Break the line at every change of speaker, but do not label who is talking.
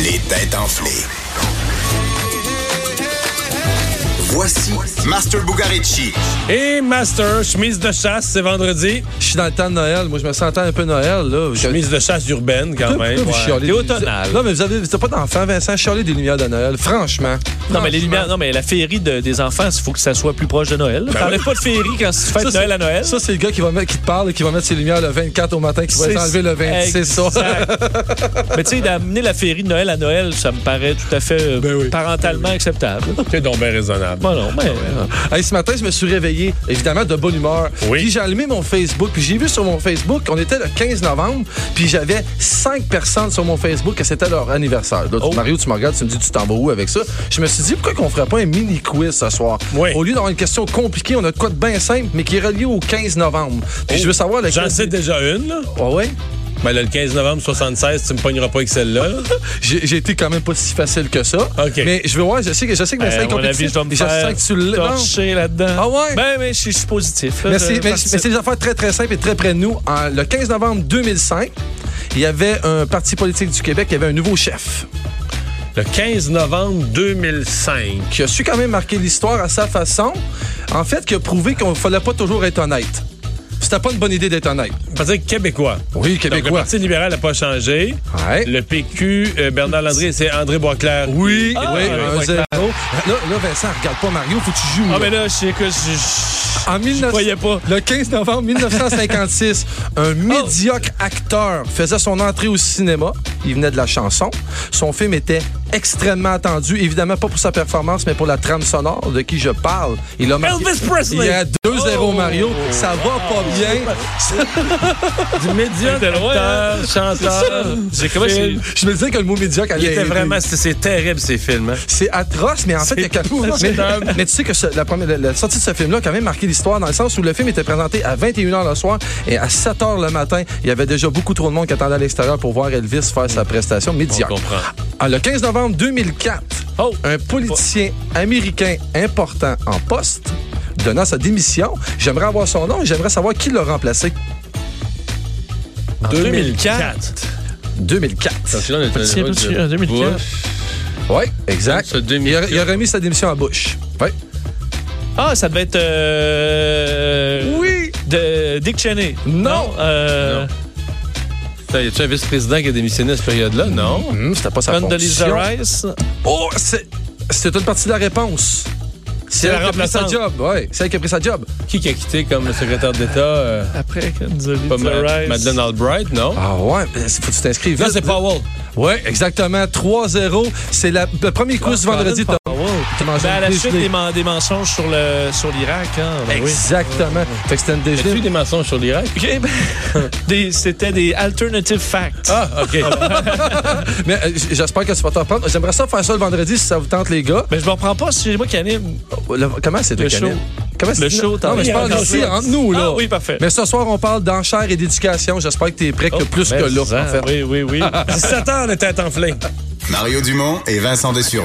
Les têtes enflées. Voici Master Bugarici.
Et Master, chemise de chasse, c'est vendredi.
Je suis dans le temps de Noël. Moi, je me sens en temps un peu Noël, là. Je-
Chemise de chasse urbaine, quand
Pourquoi
même.
vous
Ouais.
chialez
T'es
des-
automnal.
Non, mais vous avez, vous avez pas d'enfant, Vincent. Chialer des lumières de Noël. Franchement.
Non, mais les
Franchement.
lumières, non, mais la féerie de- des enfants, il faut que ça soit plus proche de
Ben
Noël. T'enlèves pas de féerie quand tu fais
Ça, c'est-
Noël à Noël.
Ça, c'est le gars qui, va mettre, qui te parle et qui va mettre ses lumières le 24 au matin, qui va les enlever le 26. ça.
Exact. mais tu sais, d'amener la féerie de Noël à Noël, ça me paraît tout à fait euh,
Ben oui.
parentalement acceptable.
T'es donc bien raisonnable.
Bon, non, mais. euh,
Hey, ce matin, je me suis réveillé, évidemment, de bonne humeur.
Oui.
Puis j'ai allumé mon Facebook. Puis j'ai vu sur mon Facebook, on était le 15 novembre, puis j'avais cinq personnes sur mon Facebook que c'était leur anniversaire. Là, tu-
Oh.
Mario, tu me regardes, tu me dis, tu t'en vas où avec ça? Je me suis dit, pourquoi qu'on ferait pas un mini-quiz ce soir?
Oui.
Au lieu d'avoir une question compliquée, on a de quoi de bien simple, mais qui est relié au 15 novembre.
Oh,
Puis je veux savoir lequel...
J'en sais déjà une, là.
Ah ouais?
Ben là, le 15 novembre 76, tu me pogneras pas avec celle-là. là.
J'ai j'ai été quand même pas si facile que ça.
OK.
Mais je veux voir, je sais que je sais que
euh,
Vincent est
à mon avis,
compétitif,
je vais me
et je
faire
sens que tu l'es. Non.
torcher là-dedans.
Ah ouais?
Ben, mais je suis- je suis positif. là.
Mais
Je
c'est- mais-
participe.
mais Ben, c'est des affaires très, très simples et très près de nous. En- le 15 novembre 2005, il y avait un parti politique du Québec qui avait un nouveau chef
Le 15 novembre 2005.
qui a su quand même marquer l'histoire à sa façon. En fait, qui a prouvé qu'on ne fallait pas toujours être honnête. C'était pas une bonne idée d'être honnête.
Parti québécois.
Oui,
Donc, le
québécois.
Parti libéral n'a pas changé.
Ouais.
Le PQ, euh, Bernard Landry, c'est André Boisclair.
Oui,
Ah,
oui,
le
un
point
zéro. Là, là, Vincent, regarde pas Mario, faut que tu joues. là.
Ah, mais là, je sais que je- je.
En 1900
croyais pas.
Le 15 novembre 1956, un
Oh.
médiocre acteur faisait son entrée au cinéma. Il venait de la chanson. Son film était extrêmement attendu, évidemment pas pour sa performance, mais pour la trame sonore de qui je parle. Il a marqué-
Elvis Presley! Oh.
Il y a 2-0 Mario. Ça va pas bien.
Du médiocre
C'était loin, hein?
acteur, chanteur.
J'ai comment
Phil.
Je me disais que le mot médiocre allait
Il était
aider.
vraiment. c'est- C'est terrible, ces films. hein.
C'est atroce, mais en fait, il y a quelque- mais, mais tu sais que ce- la, première- la- la sortie de ce film-là a quand même marqué l'histoire dans le sens où le film était présenté à 21h le soir et à 7h le matin, il y avait déjà beaucoup trop de monde qui attendait à l'extérieur pour voir Elvis faire sa prestation médiocre.
comprend.
Ah, le 15 novembre 2004,
Oh!
un politicien américain important en poste donnant sa démission. J'aimerais avoir son nom et j'aimerais savoir qui l'a remplacé.
2004.
2004.
Petit, petit, en 2004.
Oui, exact.
Ce
Il a,
2004.
il a remis sa démission à Bush. Ouais.
Ah, ça devait être. euh,
Oui.
De Dick Cheney.
Non.
euh,
Putain, y a-tu un vice-président qui a démissionné à cette période-là? Non.
Hum, C'était pas sa
Condoleezza
fonction.
Rice.
Oh, c'est c'est une partie de la réponse. C'est
la
elle qui a pris sa
remplaçante.
job, ouais. C'est elle qui a pris sa job.
Qui qui a quitté comme secrétaire d'État? euh,
Après Condoleezza
pas Ma-
Rice.
Madeleine Albright, non?
Ah ouais, mais c'est- faut que tu t'inscrives.
Non,
vite.
c'est Powell.
Ouais, exactement. 3-0. C'est la- le premier quiz du
Colin
vendredi. T'as-
Powell.
t'as mangé
Ah, Ben, à
une
la
dégelée.
suite des, men- des mensonges sur le sur l'Irak, hein. ben oui.
Exactement. Fait que c'était une
As-tu eu
dégelée.
des mensonges sur l'Irak?
Ok, ben, des- C'était des alternative facts.
Ah, OK.
Mais euh, j- j'espère que tu vas t'en prendre. J'aimerais ça faire ça le vendredi si ça vous tente, les gars.
Mais Ben, je m'en prends pas, c'est moi qui anime.
Le- comment c'est de
Le show.
canine? Comment c'est
Le show, t'en
Non, mais je
viens
parle
encore
ici,
plus.
entre nous, là.
Ah oui, parfait.
Mais ce soir, on parle d'enchères et d'éducation. J'espère que t'es prêt
Oh,
que plus que là, en fait.
Oui, oui, oui.
17 ans, les têtes enflées.
Mario Dumont et Vincent Dessureau.